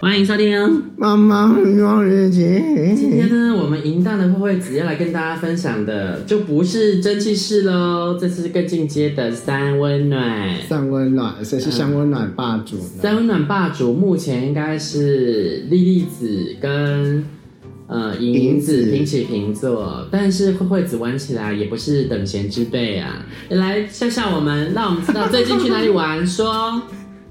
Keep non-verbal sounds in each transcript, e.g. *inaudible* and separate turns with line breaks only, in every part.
欢迎收听。
妈妈过日
今天
子，
呢，我们淫荡的慧慧子要来跟大家分享的，就不是蒸汽室喽，这次是更进阶的三温暖。
三温暖，谁是三温暖霸主
三
呢？
温暖霸主目前应该是莉莉子跟呃银子
银子
平起平坐，但是慧慧子玩起来也不是等闲之辈啊！来笑笑我们，让我们知道最近去哪里玩，说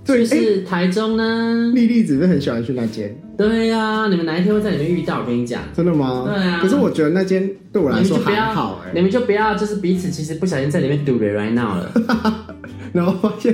是
对
不是台中呢？
莉莉子不是很喜欢去那间，
对呀、你们哪一天会在里面遇到？我跟你讲。
真的吗？
对啊
可是我觉得那间对我
你
来
们就
说
不
还
要
好哎、
你们就不要，就是彼此其实不小心在里面堵了 right now 了。
然后发现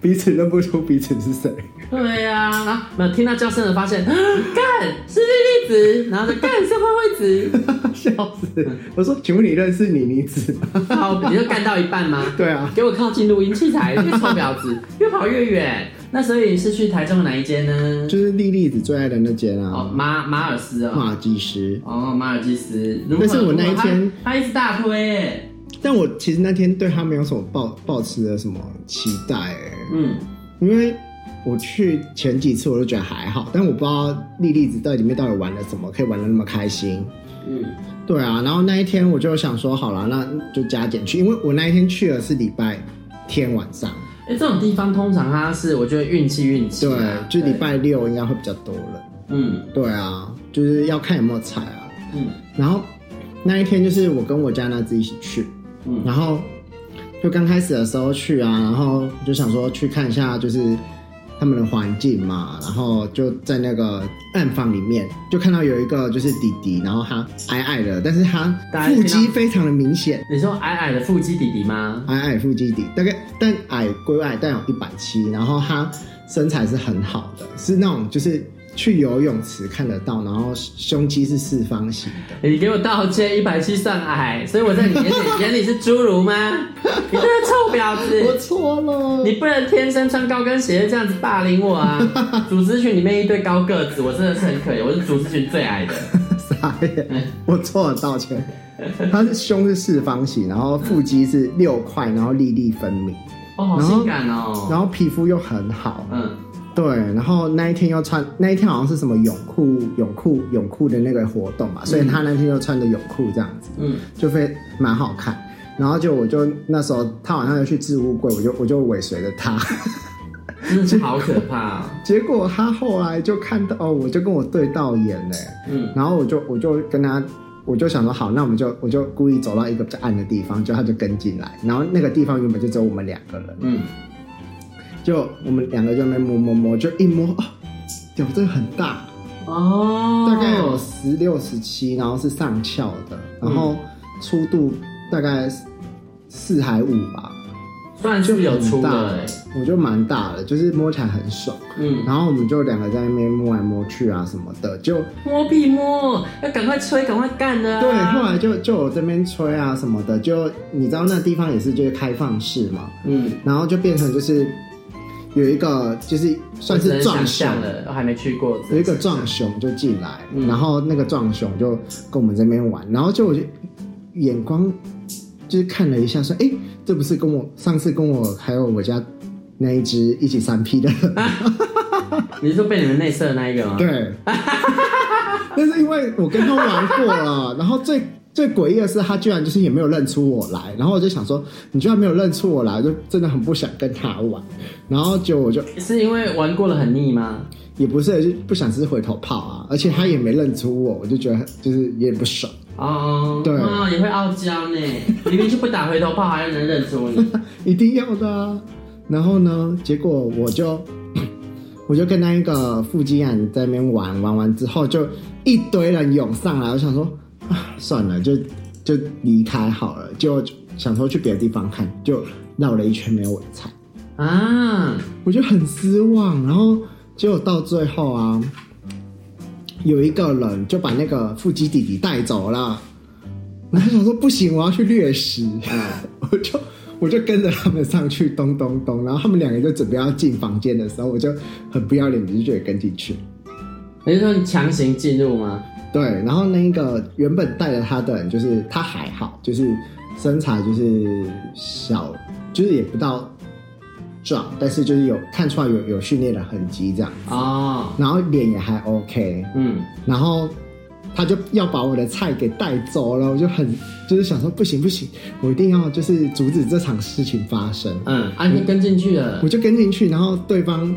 彼此认不出彼此是谁，
对呀、啊，然后没有听到叫声的发现， *gasps* 啊干是莉莉子，然后就干是慧慧子，
笑死！我说，请问你认识妮妮子吗？ *laughs*
好，哦你就干到一半吗？
对啊，
给我靠近录音器
*laughs*
材，这个臭婊子，越跑越远。那所以是去台中哪一间呢？
就是莉莉子最爱的那间
哦，
啊，
马马尔斯哦，
马技师。
哦，马尔济斯。如何
但是我那一天
他他一直大推耶，
但我其实那天对他没有什么抱抱持了什么期待哎、
嗯，
因为我去前几次我都觉得还好，但我不知道莉莉子在里面到底玩了什么，可以玩的那么开心。
嗯，
对啊，然后那一天我就想说，好了，那就加减去，因为我那一天去的是礼拜天晚上，
哎、这种地方通常它是我觉得运气运气
对
啊，，
就礼拜六应该会比较多人。
嗯
对啊，就是要看有没有踩啊。
嗯
然后那一天就是我跟我家那只一起去，
嗯
然后就刚开始的时候去啊，然后就想说去看一下就是他们的环境嘛，然后就在那个暗房里面就看到有一个就是弟弟，然后他矮矮的，但是他
大家
腹
听到
肌非常的明显，
你说矮矮的腹肌弟弟吗？
矮矮腹肌底，大概但矮归矮，但有一百七，然后他身材是很好的，是那种就是去游泳池看得到，然后胸肌是四方形的。
你给我道歉，一百七算矮，所以我在你眼
*laughs*
里眼里是侏儒吗？你这个臭婊子！
错了
你不能天生穿高跟鞋这样子霸凌我
*laughs*
啊！组织群里面一堆高个子，我真的是很可怜，我是组织群最矮的。 *laughs*
傻眼，啊我错了，道歉。他是胸是四方形，然后腹肌是六块，然后粒粒分明，
哦，好
然后
性感哦。
然后皮肤又很好，
嗯，
对。然后那一天又穿，那一天好像是什么泳裤、泳裤、泳裤的那个活动嘛，所以他那天又穿着泳裤这样子。
嗯，
就非蛮好看。然后就我就那时候他好像要去置物柜，我就我就尾随着他。 *laughs*
真的是好可怕、哦。
结果他后来就看到哦，我就跟我对到眼嘞，
嗯，
然后我就我就跟他，我就想说好，那我们就我就故意走到一个比较暗的地方，就他就跟进来。然后那个地方原本就只有我们两个人，
嗯，
就我们两个就在那边摸摸摸，就一摸，哦，屌真的很大，
哦，
大概有十六十七，然后是上翘的，然后粗度大概四海五吧。
算是有出的、欸，
我就蛮大的，就是摸起来很爽。
嗯，
然后我们就两个在那边摸来摸去啊什么的，就
摸屁摸，要赶快吹，赶快干的、啊。
对，后来就就我这边吹啊什么的，就你知道那地方也是就是开放式嘛，
嗯，
然后就变成就是有一个就是算
我只
是
能
壮
想
熊
象，了，我还没去过。
有一个壮熊就进来，
嗯
然后那个壮熊就跟我们这边玩，然后就我就眼光就是看了一下，说，哎、这不是跟我上次跟我还有我家那一只一起三 P 的人
你是说被你们内射的那一个吗？，
对， *laughs* 但是因为我跟他玩过了，然后最最诡异的是，他居然就是也没有认出我来，然后我就想说，你居然没有认出我来，就真的很不想跟他玩，然后结果我就是
因为玩过了很腻吗？
也不是就不想吃回头炮啊，而且他也没认出我，我就觉得很就是也不爽。
哦，
对
啊哦，也会傲娇
*laughs*
呢，明明就不打回头炮，还能认出你。
一定要的、啊。然后呢，结果我就 *coughs* 我就跟那一个腹肌男在那边玩玩完之后，就一堆人涌上来，我想说啊，算了，就就离开好了，就想说去别的地方看，就绕了一圈没有我菜，
啊，
我就很失望。然后结果到最后啊，有一个人就把那个腹肌弟弟带走了。然后想说不行，我要去掠食，我就我就跟着他们上去，咚咚咚。然后他们两个就准备要进房间的时候，我就很不要脸的就觉得跟进去。
你是说你强行进入吗？
对，然后那一个原本带着他的人，就是他还好，就是身材就是小，就是也不到壮，但是就是有看出来有有训练的痕迹这样，
哦，
然后脸也还 OK，
嗯，
然后他就要把我的菜给带走了，我就很就是想说不行不行，我一定要就是阻止这场事情发生，
嗯，啊，你跟进去了
我，就跟进去，然后对方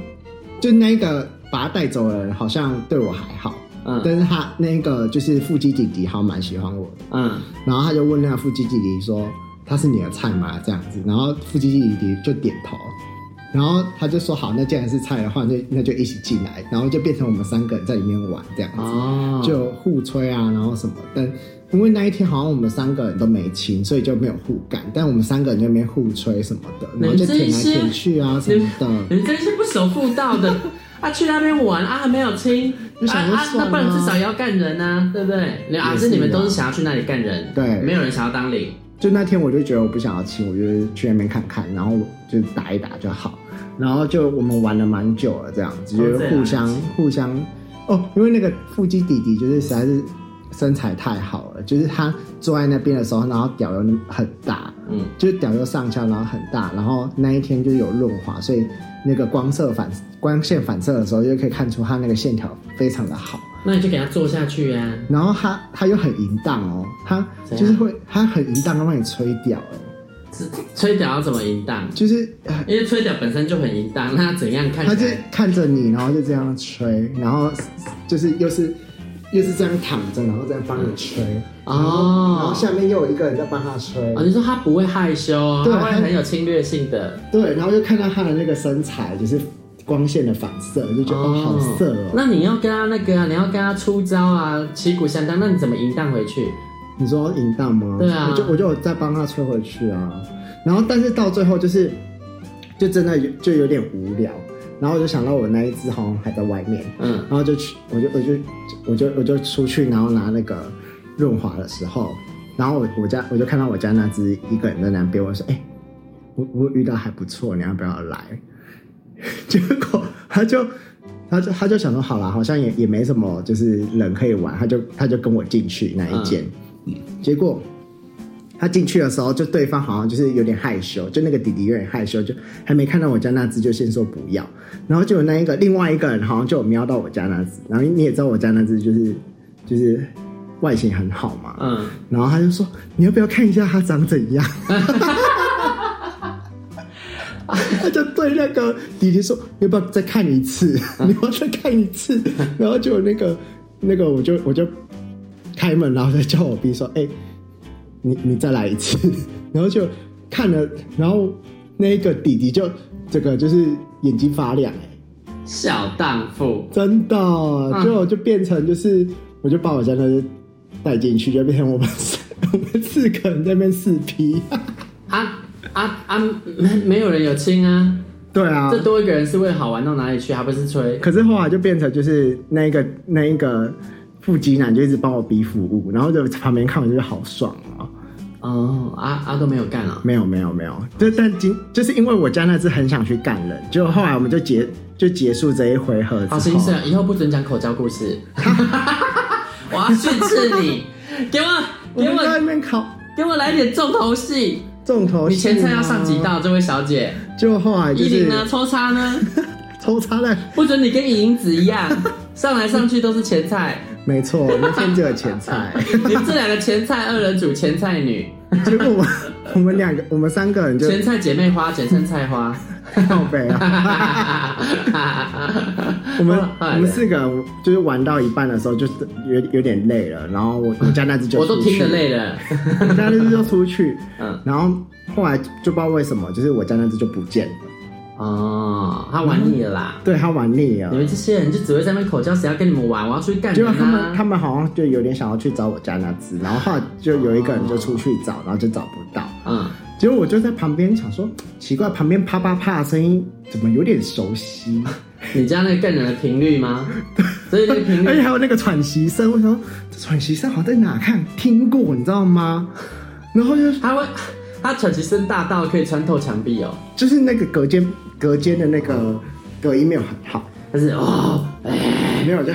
就那个把他带走的人好像对我还好，
嗯
但是他那个就是腹肌弟弟好像蛮喜欢我的，
嗯，
然后他就问那个腹肌弟弟说：“他是你的菜吗？”这样子，然后腹肌弟弟就点头，然后他就说：“好，那既然是菜的话，那那就一起进来。”然后就变成我们三个人在里面玩这样子，
哦，
就互吹啊，然后什么，但。因为那一天好像我们三个人都没亲，所以就没有互干。但我们三个人就在那边互吹什么的，然后就舔来舔去啊什么的。
你们真是不守妇道
*laughs*
的啊！去那边玩啊，还没有亲，
就
啊
想说
啊，
算
那
了
不然至少要干人啊，对不对？啊，
也
是
是
你们都是
啊
想要去那里干人，
对
没有人想要当零。
就那天我就觉得我不想要亲，我就去那边看看，然后就打一打就好。然后就我们玩了蛮久了，这样子就
哦这
是
样
互相、互相哦，因为那个腹肌弟弟就是实在是身材太好了，就是他坐在那边的时候，然后屌又那么很大，
嗯，
就是屌又上翘，然后很大，然后那一天就有润滑，所以那个光射反光线反射的时候，就可以看出他那个线条非常的好。
那你就给他做下去啊。
然后他他又很淫荡哦，他
怎
就是
样
会他很淫荡，他帮你吹屌哎、
吹屌要怎么淫荡？
就是呃
因为吹屌本身就很淫荡，那他怎样看
他
起
就
来？
看着你，然后就这样吹，然后就是又是又是这样躺着，然后这样帮你吹，然后
哦
然后下面又有一个人在帮他吹
哦，，你说他不会害羞哦，
对
他会
他
很有侵略性的。
对，然后又看到他的那个身材，就是光线的反射，就觉得哦好色哦。
那你要跟他那个啊，你要跟他出招啊，旗鼓相当。那你怎么淫荡回去？
你说淫荡吗？
对啊
我就我就有再帮他吹回去啊，然后但是到最后就是就真的有就有点无聊，然后我就想到我那一只好像还在外面，
嗯
然后就去，我就我就我就我就出去，然后拿那个润滑的时候，然后我我家我就看到我家那只一个人在那边，我说：“哎、我我遇到还不错，你要不要来？” *laughs* 结果他就他就他就想说：“好啦，好像也也没什么，就是人可以玩。”他就他就跟我进去那一间，结果。他进去的时候，就对方好像就是有点害羞，就那个弟弟有点害羞，就还没看到我家那只，就先说不要。然后就有那一个另外一个人好像就有瞄到我家那只，然后你也知道我家那只就是就是外形很好嘛，
嗯，
然后他就说你要不要看一下它长怎样？他就对那个弟弟说：“你要不要再看一次？ *laughs* 你要再看一次。”然后就有那个那个，我就我就开门，然后再叫我 B 说：“哎、你你再来一次。” *laughs* 然后就看了，然后那一个弟弟就这个就是眼睛发亮、哎，
小荡妇。
真的，
嗯
就我就变成就是，我就把我家那只带进去，就变成我们四我们四个人在那边四 P。 *laughs*
啊啊啊！没没有人有亲啊，
对啊
这多一个人是为了好玩到哪里去，还不是吹？
可是后来就变成就是那一个那一个腹肌男就一直帮我比服务，然后就旁边看我就是好爽啊！
哦，啊啊都没有干啊、
没有没有没有，就但今就是因为我家那只很想去干人，结果后来我们就结就结束这一回合之
好
后，
心酸，以后不准讲口交故事。 *laughs* 我要训斥你，给我
我
给
们在
我
那边考
给我来点重头戏。
重头
你
戏啊，
前菜要上几道，这位小姐？
就后来就
意林
是
呢？抽插
*laughs*
呢？
抽插了。
不准你跟意林子一样，上来上去都是前菜。
没错，那天只有前菜。 *laughs*
你们这两个前菜二人组，前菜女，
结果我 *laughs* 我们两个，我们三个人就
前菜姐妹花，简称菜花。
好悲
*laughs*
啊！ *laughs* 我们
后来
我们四个就是玩到一半的时候，就是有有点累了，然后我我家那只就
我都
出去
听得累了。
我家那只就出去，
*laughs* 嗯
然后后来就不知道为什么，就是我家那只就不见了，
哦，他玩腻了啦。
对，它玩腻了
你。们这些人就只会在那边口交，谁要跟你们玩？我要出去干
结
人
果
啊！
他们他们好像就有点想要去找我家那只，然后后来就有一个人就出去找，然后就找不到。
嗯，
结果我就在旁边想说，奇怪，旁边啪啪啪的声音怎么有点熟悉？
你家那个干人的频率
*laughs*
吗？所以那个频
而且
率，
还有那个喘息声，我想说这喘息声好像在哪看听过，你知道吗？然后就
他会，他喘息声大到可以穿透墙壁哦。
就是那个隔间隔间的那个隔音没有很好，
但是哦，
没有就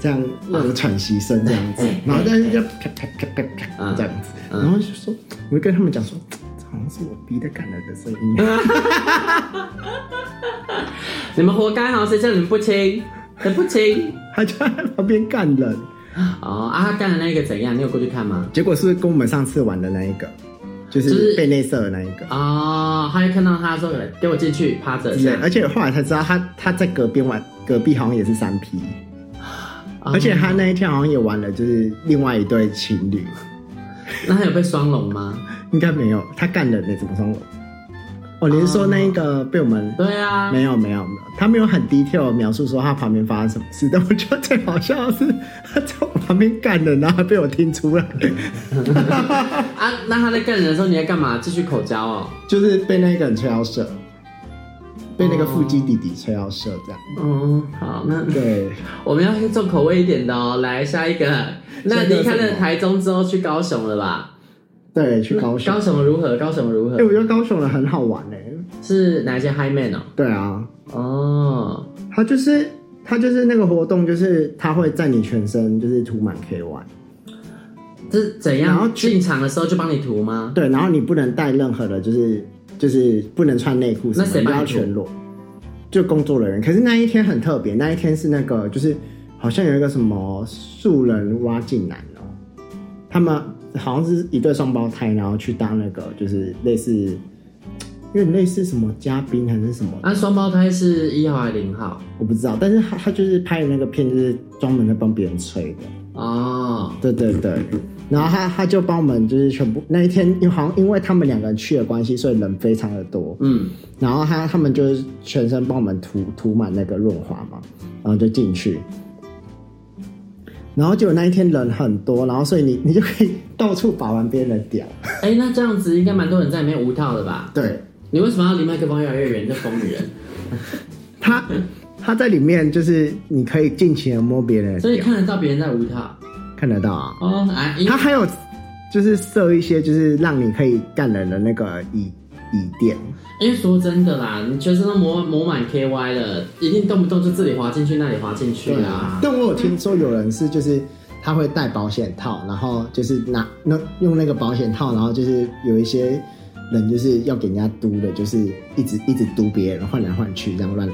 这样那种喘息声这样子，然后但是就咔咔咔咔咔
嗯
这样子，
嗯
然后就说，我就跟他们讲说，这好像是我逼的感人的声音。
你们活该哦，谁叫你们不亲？很不亲。
他就在旁边干人，
哦啊，他干的那个怎样？你有过去看吗？
结果是跟我们上次玩的那一个，就
就是
是啊被内射的那一个。
哦，他就看到他说：“给我进去，趴着。”这
对，
样
而且后来才知道他他在隔壁玩，隔壁好像也是三 P，、
哦
而且他那一天好像也玩了，就是另外一对情侣， *laughs*
那他有被双龙吗？
应该没有，他干人的怎么双龙？哦，你是说那一个被我们？
对啊，
没有没有没有，他没有很 detail 地描述说他旁边发生什么事，但我觉得最好笑的是 *laughs* 他在我旁边干人，然后还被我听出来，
啊。那他在干人的时候，你在干嘛？继续口交哦。
就是被那个人吹到射，被那个腹肌弟弟吹到射这样。
嗯，好，那
对，
我们要重口味一点的哦。来下一个，那
下一个
离开
什
了
么
台中之后去高雄了吧？
对，去高雄
高。雄如何？高雄如何
哎、？我觉得高雄人很好玩哎、
是哪一些 high man 哦？
对啊，
哦，
他就是他就是那个活动，就是他会在你全身就是涂满 K 丸，
这是怎样？
然后去
进场的时候就帮你涂吗？
对，然后你不能带任何的，就是就是不能穿内裤什么，
那谁
你就
帮
要
你涂
全裸，就工作人员。可是那一天很特别，那一天是那个就是好像有一个什么素人挖进来哦，他们好像是一对双胞胎，然后去当那个就是类似，有点类似什么嘉宾还是什么的
啊，双胞胎是一号还是零号？
我不知道，但是他他就是拍的那个片，就是专门在帮别人吹的，
哦，
对对对。然后他他就帮我们就是全部那一天，因为好像因为他们两个人去的关系，所以人非常的多。
嗯，
然后他他们就是全身帮我们涂涂满那个润滑嘛，然后就进去。然后结果那一天人很多，然后所以你你就可以到处把玩别人的屌。
哎、那这样子应该蛮多人在里面无套的吧？
对
你为什么要离麦克风越来越远？这疯女
*laughs*
人！
他他在里面就是你可以尽情的摸别人
所
的
以
屌，
看得到别人在无套
看得到啊。
哦，啊，因
它还有就是设一些就是让你可以干人的那个椅椅垫，
因为说真的啦，你全身都磨磨满 KY 了，一定动不动就这里滑进去，那里滑进去啊。
但我有听说有人是就是他会戴保险套，然后就是拿那用那个保险套，然后就是有一些人就是要给人家嘟的，就是一直一直嘟别人，换来换去，这样乱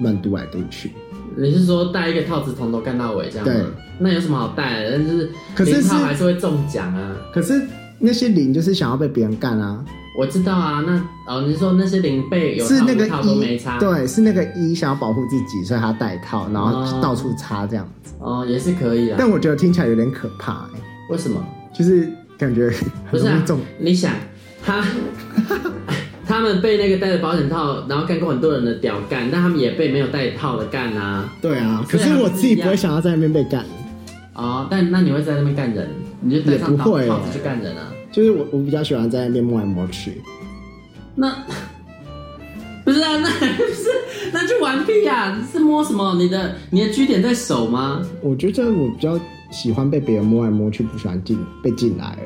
乱嘟来嘟去。
你是说戴一个套子从头干到尾这样吗？
对，
那有什么好戴的？但是
可是
零套
是
还是会中奖啊。
可是那些零就是想要被别人干啊，
我知道啊，那哦，你是说那些零被有
是
套
那个
无套都没
一
差，，
对，是那个一想要保护自己，所以他戴套，然
哦
后到处擦这样。
哦，也是可以啦。
但我觉得听起来有点可怕、欸。
为什么？
就是感觉
不
很
是
容
啊
易中。，
你想 *laughs* 他他们被那个戴着保险套，然后干过很多人的屌干，但他们也被没有戴套的干啊。
对啊，
所
可
以
是
他们
我自己
是一
不
样
会想要在那边被干，
哦，但那你会在那边干人，你就戴上
也
套
不会
套子去干人啊？
就是我我比较喜欢在那边摸来摸去。
那不是啊，那不是那就玩屁呀、啊！你是摸什么？你的你的据点在手吗？
我觉得我比较喜欢被别人摸来摸去，不喜欢进被进来、欸，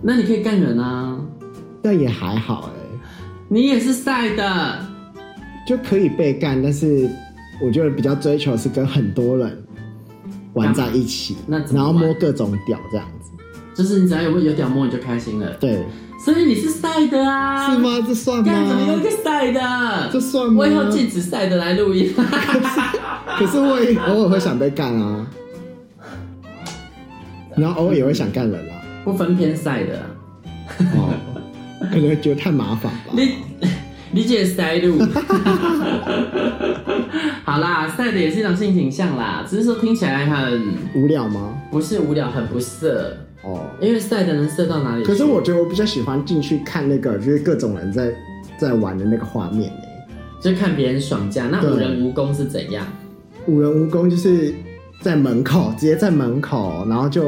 那你可以干人啊，
但也还好哎、
你也是晒的。
就可以被干，但是我觉得比较追求是跟很多人玩在一起，
那怎么
然后
玩
摸各种屌这样子。
就是你只要有有屌摸你就开心了，
对，
所以你是晒的啊？
是？吗？这算
干什么又
吗？
去晒的？
这算吗
我以后禁止晒的来录 *laughs* 音。
可是我也偶尔会想被干
*laughs*
啊，然后偶尔也会想干人啊。
不分偏晒的啊，
哦，可能觉得太麻烦吧。
你理 *laughs* 解塞路。 *laughs* 好啦，塞的也是一种性倾向啦，只是说听起来很
无聊吗？
不是无聊，很不色，
哦，
因为塞的能色到哪里去？
可是我觉得我比较喜欢进去看那个，就是各种人在在玩的那个画面呢、
就看别人爽这样，那
对
无人无功是怎样？
五人蜈蚣就是在门口，直接在门口，然后就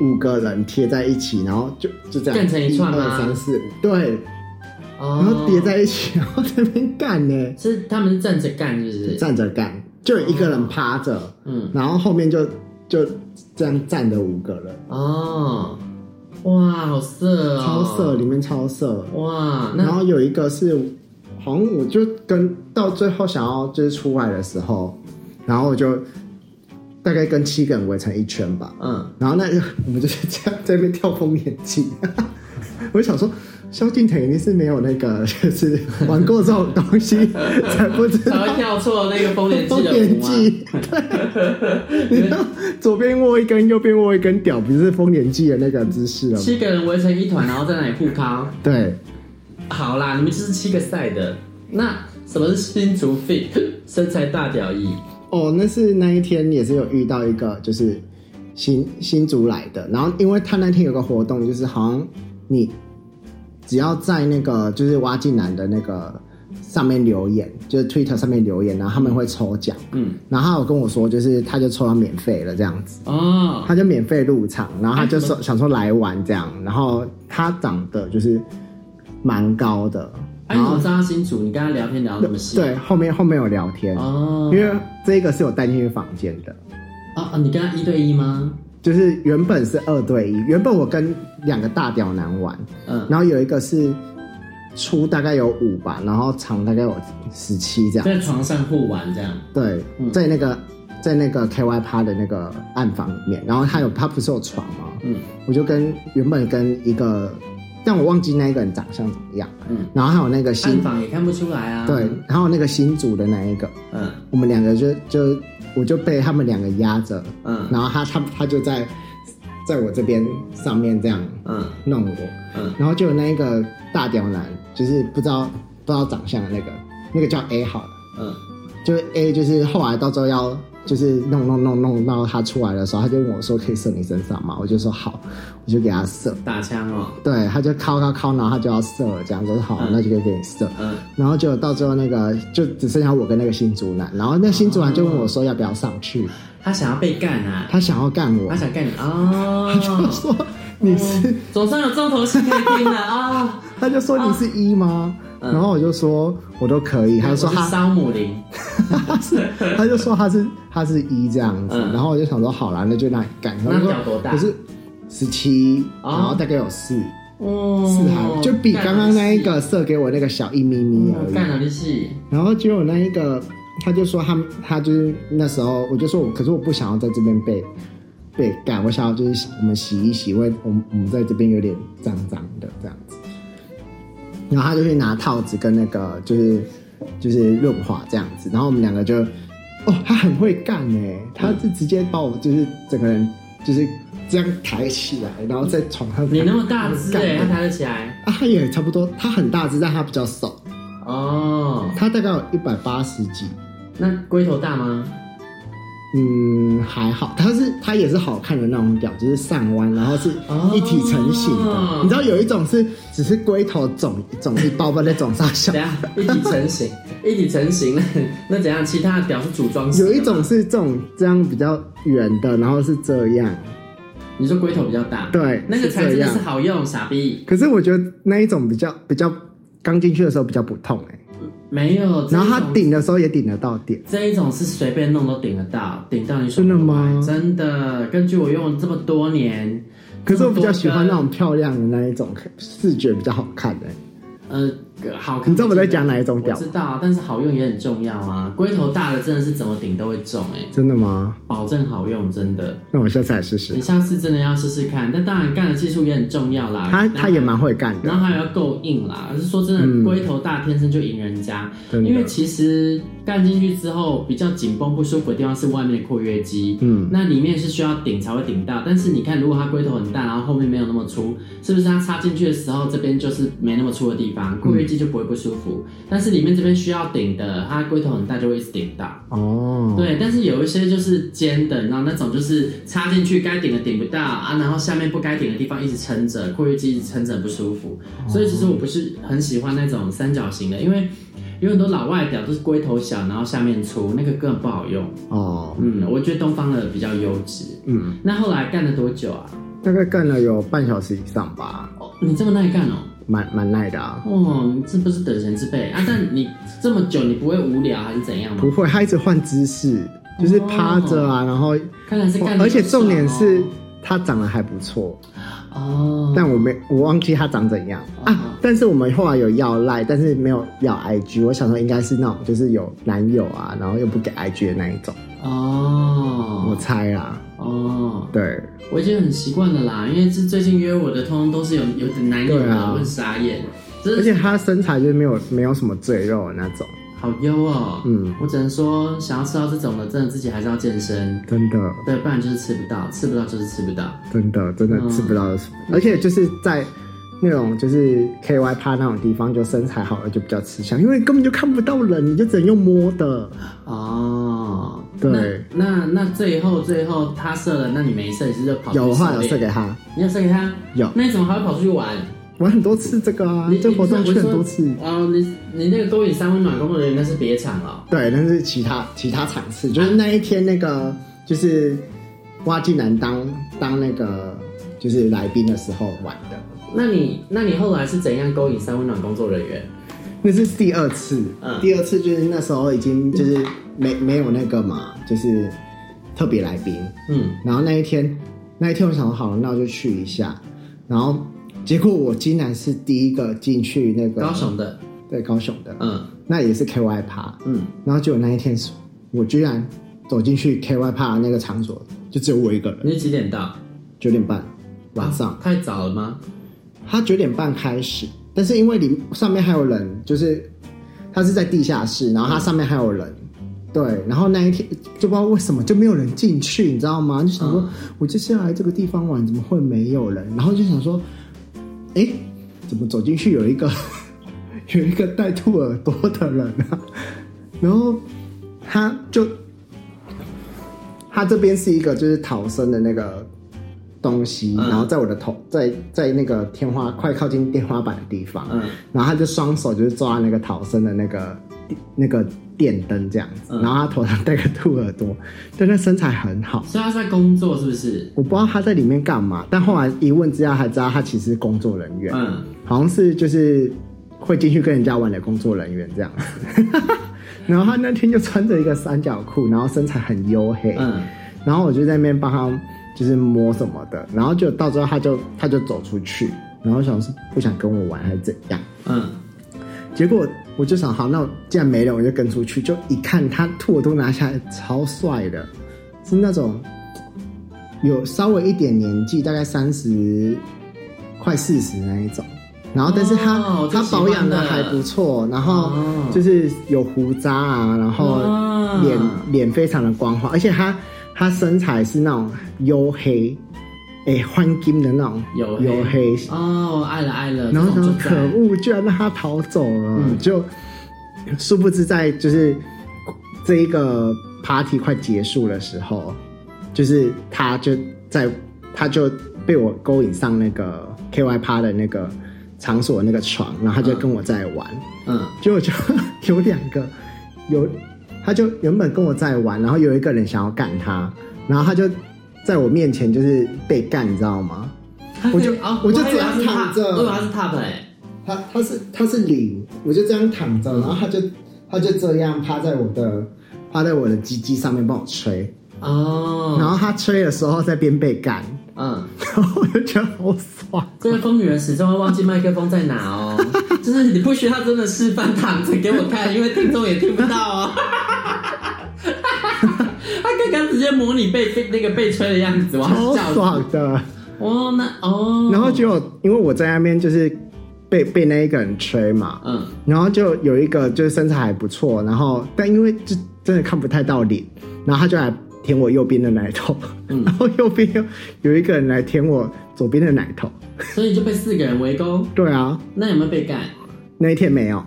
五个人贴在一起，然后就就这样
干成一串吗
二三四五，对，
哦
然后叠在一起，然后在那边干呢，
是他们是站着干，是不是？
站着干，就有一个人趴着，
嗯，
然后后面就就这样站着五个人，
哦，哇，好色哦，
超色，里面超色，
哇，
然
那
后有一个是，好像我就跟到最后想要就是出来的时候，然后我就大概跟七个人围成一圈吧，
*laughs*
*laughs*
嗯，
然后那我们就是这样在那边跳风眼镜， *laughs* 我就想说。萧敬腾一定是没有那个，就是玩过这种东西，才不知
才
道
*laughs* 会跳错那个丰年祭
风
的
眼
舞啊。
镜。对， *laughs* 你知道左边握一根，右边握一根屌，不是风眼镜的那个姿势了吗？
七个人围成一团，然后在那里互敲。
对，
好啦，你们就是七个赛的。那什么是新竹 fit *laughs* 身材大屌衣？
哦，那是那一天也是有遇到一个就是新新竹来的，然后因为他那天有个活动，就是好像你只要在那个就是挖进男的那个上面留言，就是 Twitter 上面留言，然后他们会抽奖，
嗯，
然后他有跟我说，就是他就抽到免费了这样子，
哦，
他就免费入场，然后他就
嗯
说想说来玩这样，然后他长得就是蛮高的，
哎、
然
你怎
后
么知道他新竹？你跟他聊天聊得那么细？
对后面后面有聊天，
哦，
因为这个是有带进去房间的。
哦哦，你跟他一对一吗？
就是原本是二对一，原本我跟两个大屌男玩，
嗯，
然后有一个是粗大概有五吧，然后长大概有十七这样。
在床上互玩这样。
对，
嗯
在那个在那个 K Y 趴的那个暗房里面，然后他有他不是有床吗？
嗯
我就跟原本跟一个，但我忘记那一个人长相怎么样，
嗯，
然后还有那个
暗
新
访也看不出来啊。
对，还有那个新组的那一个，
嗯
我们两个就就我就被他们两个压着，
嗯
然后他他他就在在我这边上面这样
嗯
弄我，
嗯，
然后就有那一个大屌男，就是不知道不知道长相的那个，那个叫 A 好了，
嗯，
就是 A 就是后来到最后要就是弄弄弄弄到他出来的时候，他就问我说可以射你身上吗？我就说好，我就给他射，
打枪哦。
对，他就敲敲敲，然后他就要射了，这样我说好，那就可以给你射。
嗯，
然后就到最后那个就只剩下我跟那个新竹男，然后那新竹男就问我说要不要上去，
他想要被干啊，
他想要干我
他，想干你哦。
说 *laughs* 你是
哦总算有重头戏可以听了啊。哦
他就说你是一吗？
嗯
然后我就说我都可以，他就说
我是
他
烧母林，
他是他就说他是他是一这样子，
嗯
然后我就想说好啦，那就那干，
那
然后
屌多大
可是十七，
哦
然后大概有四
哦
四还就比刚刚那一个射给我那个小一咪咪而
嗯，干
已。
哪里戏？
然后结果那一个他就说他他就是那时候我就说我可是我不想要在这边被被干，我想要就是我们洗一洗，因为我们我们在这边有点脏脏的这样子。然后他就去拿套子跟那个就是就是润滑这样子，然后我们两个就哦，他很会干哎、他是直接把我就是整个人就是这样抬起来，然后在床上
你那么大只哎、
嗯干
他
我
抬得起来
啊，他也差不多，他很大只，但他比较瘦，
哦。
他大概有一百八十几。
那龟头大吗？
嗯，还好，它是它也是好看的那种屌，就是上弯，然后是
哦
一体成型的。你知道有一种是只是龟头肿肿一包包那种大小
等，一下一体成型，
*laughs*
一体成型那那怎样？其他的屌是组装式的
有
吗
一种是这种这样比较圆的，然后是这样。
你说龟头比较大，
对
那个
是
才
这
真的
样
是好用，傻逼。
可是我觉得那一种比较比较刚进去的时候比较不痛哎、
没有，
然
这
后
一
它
种
顶的时候也顶得到点。
这一种是随便弄都顶得到，顶到你手
真的吗
真的，根据我用了这么多年，
可是我比较喜欢
这
那
么
种漂亮的那一种，视觉比较好看欸的、
多根呃好看。
你知道我在讲哪一种
我
屌
知
吗？
道啊，但是好用也很重要啊。龟头大的真的是怎么顶都会中哎、
真的吗？
保证好用，真的。
那我下次来试试
你。下次真的要试试看，但当然干的技术也很重要啦。
他
然后
他也蛮嗯会干的
然。后还要够硬啦，而是说真的，龟头大天生就赢人家，
真的
因为其实干进去之后比较紧绷不舒服的地方是外面的括约肌，
嗯
那里面是需要顶才会顶到，但是你看如果它龟头很大，然后后面没有那么粗，是不是它插进去的时候这边就是没那么粗的地方，括约肌就不会不舒服，但是里面这边需要顶的，它龟头很大就会一直顶到。
哦，
对，但是有一些就是尖的，然后那种就是插进去该顶的顶不到啊，然后下面不该顶的地方一直撑着，括约肌一直撑着很不舒服。
哦
所以其实我不是很喜欢那种三角形的，因为有很多老外表都是龟头小，然后下面粗，那个根本不好用。
哦，
嗯，我觉得东方的比较优质。
嗯，
那后来干了多久啊？
大概干了有半小时以上吧，
哦，你这么耐干哦。
蛮蛮耐的啊。
哦，你这不是等闲之辈啊！但你这么久，你不会无聊还是怎样吗
不？会，他一直换姿势，就是趴着啊，然后，
看来是哦干得哦啊
而且重点是
爽
他长得还不错，
嗯哦，
但我没我忘记他长怎样
哦
啊。但是我们后来有要赖，但是没有要 IG。我想说应该是那种就是有男友啊，然后又不给 IG 的那一种，我
哦
猜啦。
哦，
对，
我已经很习惯了啦，因为这最近约我的，通通都是有有点男友
对
的，
啊
我很傻眼，真
而
的是
且他身材就是没有没有什么赘肉的那种，
好优哦。
嗯，
我只能说，想要吃到这种的，真的自己还是要健身，
真的
对，不然就是吃不到，吃不到就是吃不到。
真的真的
嗯
吃不到什么，而且就是在。那种就是 K Y 趴那种地方，就身材好了就比较吃香，因为根本就看不到人，你就只能用摸的。
哦，
对
那那那最后最后他射了，那你没射，你是就跑出去
有话有
猎
射给他，
你有射给他？
有
那你怎么还会跑出去玩？
玩很多次这个啊
你，
这活动去很多。
你
次
不。是我说哦，你你那个勾引三温暖工作人员那是别场哦了
对，但是其他其他场次，就是那一天那个就是挖进南当当那个就是来宾的时候玩的，
哦。那你那你后来是怎样勾引三温暖工作人员？
那是第二次。
嗯
第二次就是那时候已经就是没没有那个嘛，就是特别来宾。
嗯，
然后那一天那一天我想说好了，那我就去一下。然后结果我竟然是第一个进去那个
高雄的，
对高雄的，
嗯
那也是 KY 趴。
嗯，
然后结果那一天，我居然走进去 KY 趴那个场所，就只有我一个人。
嗯你是几点到？
九点半晚上
啊，太早了吗？
他九点半开始，但是因为里上面还有人，就是他是在地下室，然后他上面还有人。
嗯
对，然后那一天就不知道为什么就没有人进去，你知道吗？就想说，
嗯
我就是要来这个地方玩，怎么会没有人？然后就想说，哎，怎么走进去有一个 *laughs* 有一个戴兔耳朵的人啊？然后他就他这边是一个就是逃生的那个东西，
嗯
然后在我的头在在那个天花快靠近天花板的地方，
嗯
然后他就双手就是抓那个逃生的那个那个电灯这样子，
嗯
然后他头上戴个兔耳朵，但他身材很好。
所以他是在工作是不是？
我不知道他在里面干嘛，但后来一问之下才知道他其实是工作人员，
嗯，
好像是就是会进去跟人家玩的工作人员这样子。 *laughs* 然后他那天就穿着一个三角裤，然后身材很黝黑，
嗯，
然后我就在那边帮他就是摸什么的，然后就到最后他就他就走出去，然后想说不想跟我玩还是怎样，
嗯，
结果我就想好，那我既然没人，我就跟出去，就一看他兔耳朵拿下来超帅的，是那种有稍微一点年纪，大概三十快四十那一种。然后，但是他、
哦
他
这喜欢
保养的
的
还不错，然后
哦
就是有胡渣啊，然后
哦
脸、脸非常的光滑，而且他他身材是那种黝黑，哎，换金的那种
有
黝黑
哦，爱了爱了，
然后
这
想
种
说
就
可
在
恶，居然让他逃走了，
嗯
就殊不知在就是这一个 party 快结束的时候，就是他就在他就被我勾引上那个 KY 趴的那个场所那个床，然后他就跟我在玩，
嗯
结果就 *laughs* 有两个有，他就原本跟我在玩，然后有一个人想要干他，然后他就在我面前就是被干，你知道吗？我就
哦
我就
还以为
这样
他是 top-
躺着
我以为他是 top 哎，
他他是他是零，我就这样躺着，然后他就他就这样趴在我的趴在我的鸡鸡上面帮我吹，然
哦，
后他吹的时候在边被干，
嗯。
然后我就觉得好爽。
这个疯女人始终会忘记麦克风在哪
*laughs*
哦，就是你不需要真的示范躺着给我看，因为听众也听不到
*laughs*
哦。他刚刚直接模拟被被那个被吹的样子，哇，
超
笑死！
爽的，
哦，那哦，
*laughs* 然后结果因为我在那边就是被被那一个人吹嘛，
嗯
然后就有一个就是身材还不错，然后但因为就真的看不太到脸，然后他就来舔我右边的奶头，
嗯
*laughs* 然后右边又有一个人来舔我左边的奶头，
所以就被四个人围攻，
对啊，
那有没有被干？ *laughs*
那一天没有，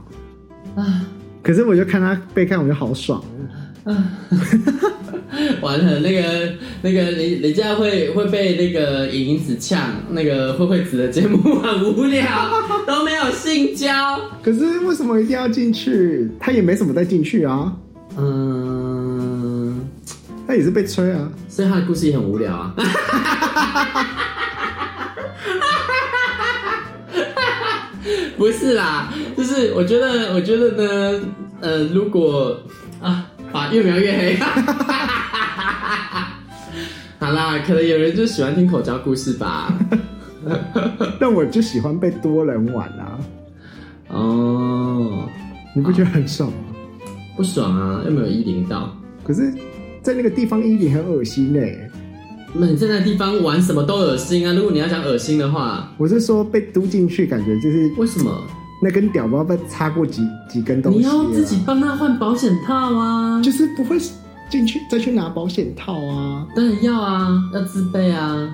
啊
可是我就看他被看，我就好爽哦。
啊！完了，那个那个人人家会会被那个影影子呛，那个慧慧子的节目 *laughs* 很无聊，都没有性交。
可是为什么一定要进去？他也没什么再进去啊，
嗯，
他也是被吹啊。
所以他的故事也很无聊啊。不是啦，就是我觉得，我觉得呢，呃，如果啊，把越描越黑。 *laughs* 好啦，可能有人就喜欢听口交故事吧。
但我就喜欢被多人玩啊，
哦，
你不觉得很爽吗？
不爽啊，又没有一零到。
可是，在那个地方一零很恶心嘞、
那你在那地方玩什么都恶心啊！如果你要讲恶心的话，
我是说被嘟进去，感觉就是
为什么？
那根屌不知道被插过几几根东西、
你
啊。
要自己帮他换保险套啊！
就是不会进去再去拿保险套啊。
当然要啊，要自备啊！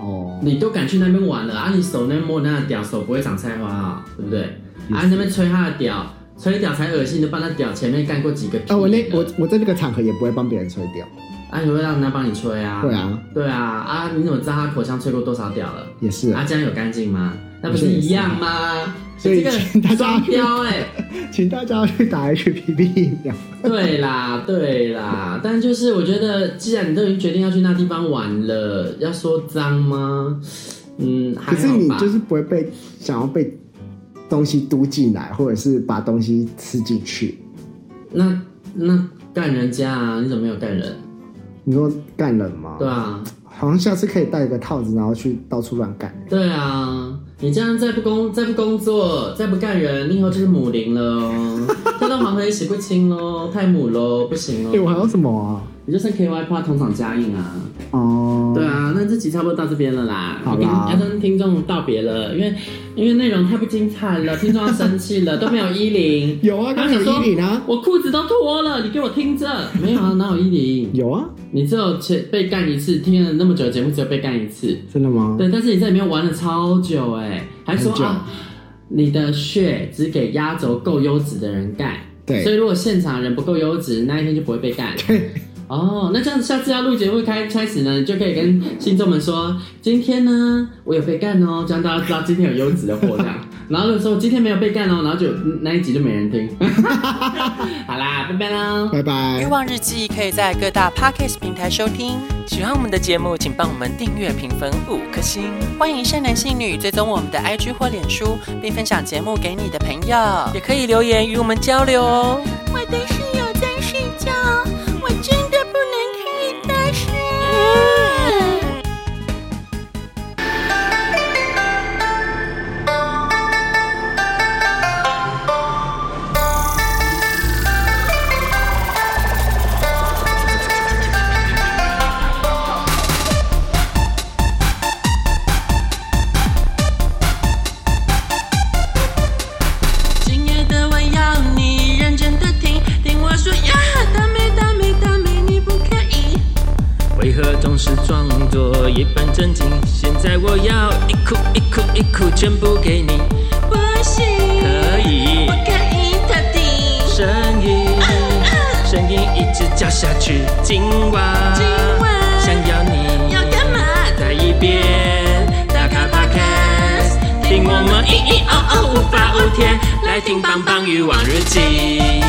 哦，
你都敢去那边玩了啊？你手那边摸那屌，手不会长菜花啊，对不对？啊，你那边吹他的屌，吹屌才恶心，你就帮他屌前面干过几个屁
啊，我那
了
我我在那个场合也不会帮别人吹掉。
啊，你会让人家帮你吹啊？
对啊，
对啊，啊，你怎么知道他口腔吹过多少屌了？
也是
啊
啊，，
这样有干净吗？那不是一样吗？
所以
这
请
个
*laughs* 大家
双标哎、
请大家去打 HPV 疫苗。
对啦，对啦，但就是我觉得，既然你都已经决定要去那地方玩了，要说脏吗？嗯，还
可是
好
你
吧。
就是不会被想要被东西嘟进来，或者是把东西吃进去。
那那干人家啊？你怎么没有干人？
你说干人吗？
对，啊，
好像下次可以戴一个套子，然后去到处乱干。
对啊，你这样再不工再不工作再不干人，你以后就是母零了哦，跳到黄河也洗不清喽，太母喽，不行
哎、我还
哦。
有什么啊？
你就剩 KY 怕同场加印啊。
哦、
对啊，那这集差不多到这边了啦，
好
我跟
啦
要跟听众道别了，因为因为内容太不精彩了，听众要生气了，都没有衣领，
有啊，
他
刚
想
有
说
衣领啊，
我裤子都脱了，你给我听着，没有啊，哪有衣领？
有啊，
你只有前被干一次，听了那么久的节目只有被干一次，
真的吗？
对，但是你在里面玩了超久哎、还说
嗯很久
啊，你的血只给压轴够优质的人干，
对
所以如果现场人不够优质，那一天就不会被干。哦，那这样子下次要录节目开开始呢，你就可以跟信众们说，今天呢我有被干哦，这样大家知道今天有优质的货
*laughs*
量。然后就说今天没有被干哦，然后就那一集就没人听。 *laughs* 好啦，拜拜喽。
拜拜
欲。望日记可以在各大 podcast 平台收听。喜欢我们的节目，请帮我们订阅、评分五颗星。欢迎善男信女追踪我们的 IG 或脸书，并分享节目给你的朋友，也可以留言与我们交流哦。
我的室友在睡觉，我真的不能开大声。
今夜的我要你认真的听，听我说呀，大美大美大美，你不可以。
为何总是装作一本正经？现在我要一哭一哭一哭，全部给你，
不行，
可以
不，可以特地。
声音，声音一直叫下去，今晚，
今晚
想要你，
要干嘛？
再一遍，打开 Podcast，听我们咿咿哦哦无法无天，来听棒棒鱼网日记。